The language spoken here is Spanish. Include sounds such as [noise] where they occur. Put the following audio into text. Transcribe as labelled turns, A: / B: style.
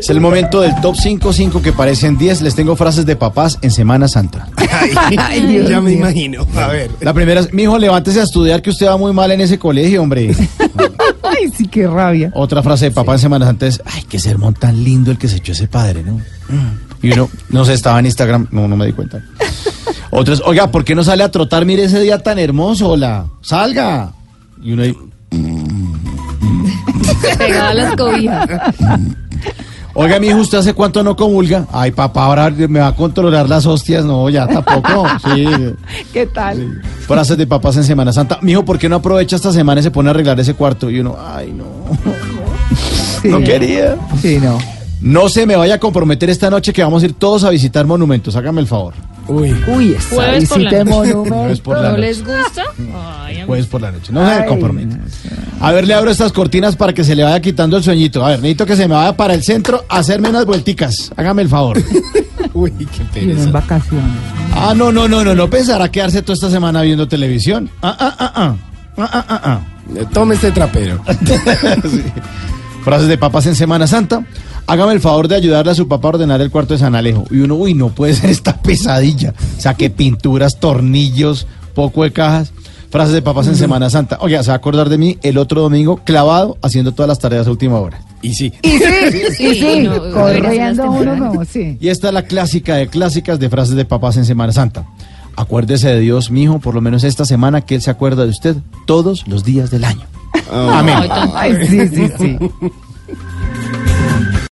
A: Es el momento del top 5, 5 que parecen 10. Les tengo frases de papás en Semana Santa.
B: Ay, Dios
C: ya me
B: mío.
C: imagino. A ver.
A: La primera es, mijo, levántese a estudiar que usted va muy mal en ese colegio, hombre.
B: Ay, sí, qué rabia.
A: Otra frase de papá en Semana Santa es, ay, qué sermón tan lindo el que se echó ese padre, ¿no? Mm. Y uno, no sé, estaba en Instagram, no, no me di cuenta. Otros, oiga, ¿por qué no sale a trotar? Mire ese día tan hermoso, la, salga. Y uno ahí,
D: Pegado a las cobijas.
A: oiga, mi hijo, ¿usted hace cuánto no comulga? Ay, papá, ahora me va a controlar las hostias. No, ya tampoco. Sí.
B: ¿Qué tal?
A: Frases de papás en Semana Santa. Mijo, ¿por qué no aprovecha esta semana y se pone a arreglar ese cuarto? Y uno, ay, no,
B: Sí.
A: no quería.
B: Sí, no.
A: No se me vaya a comprometer esta noche que vamos a ir todos a visitar monumentos. Hágame el favor.
C: Uy.
B: Uy, esa
D: Jueves por la
B: visita de
D: noche.
A: Jueves
B: monumento.
A: por la
D: ¿No
A: noche.
D: les gusta? Ay, a mí
A: Jueves por la noche. No se me
B: Ay,
A: comprometa.
B: no sé.
A: A ver, le abro estas cortinas para que se le vaya quitando el sueñito. A ver, necesito que se me vaya para el centro a hacerme unas vuelticas. Hágame el favor.
C: Uy, qué
B: Y no
C: pereza.
B: en vacaciones.
A: Ah, no, no, no, no. No pensará quedarse toda esta semana viendo televisión. Ah, ah, ah, ah. Ah, ah, ah, ah.
C: Eh, Tome este trapero.
A: [laughs] Sí. Frases de papás en Semana Santa. Hágame el favor de ayudarle a su papá a ordenar el cuarto de San Alejo. Y uno, uy, no puede ser esta pesadilla. Saque pinturas, tornillos, poco de cajas. Frases de papás en Semana Santa. Oiga, se va a acordar de mí el otro domingo clavado haciendo todas las tareas a última hora.
C: Y sí.
B: Y sí, y
D: Sí,
B: sí,
D: no, deberías
B: corriendo uno
D: temprano.
B: como sí.
A: Y esta es la clásica de clásicas de frases de papás en Semana Santa. Acuérdese de Dios, mijo, por lo menos esta semana que Él se acuerda de usted todos los días del año.
C: Ah,
A: Amén.
D: Ay, tan-
B: Ay, sí, sí, sí.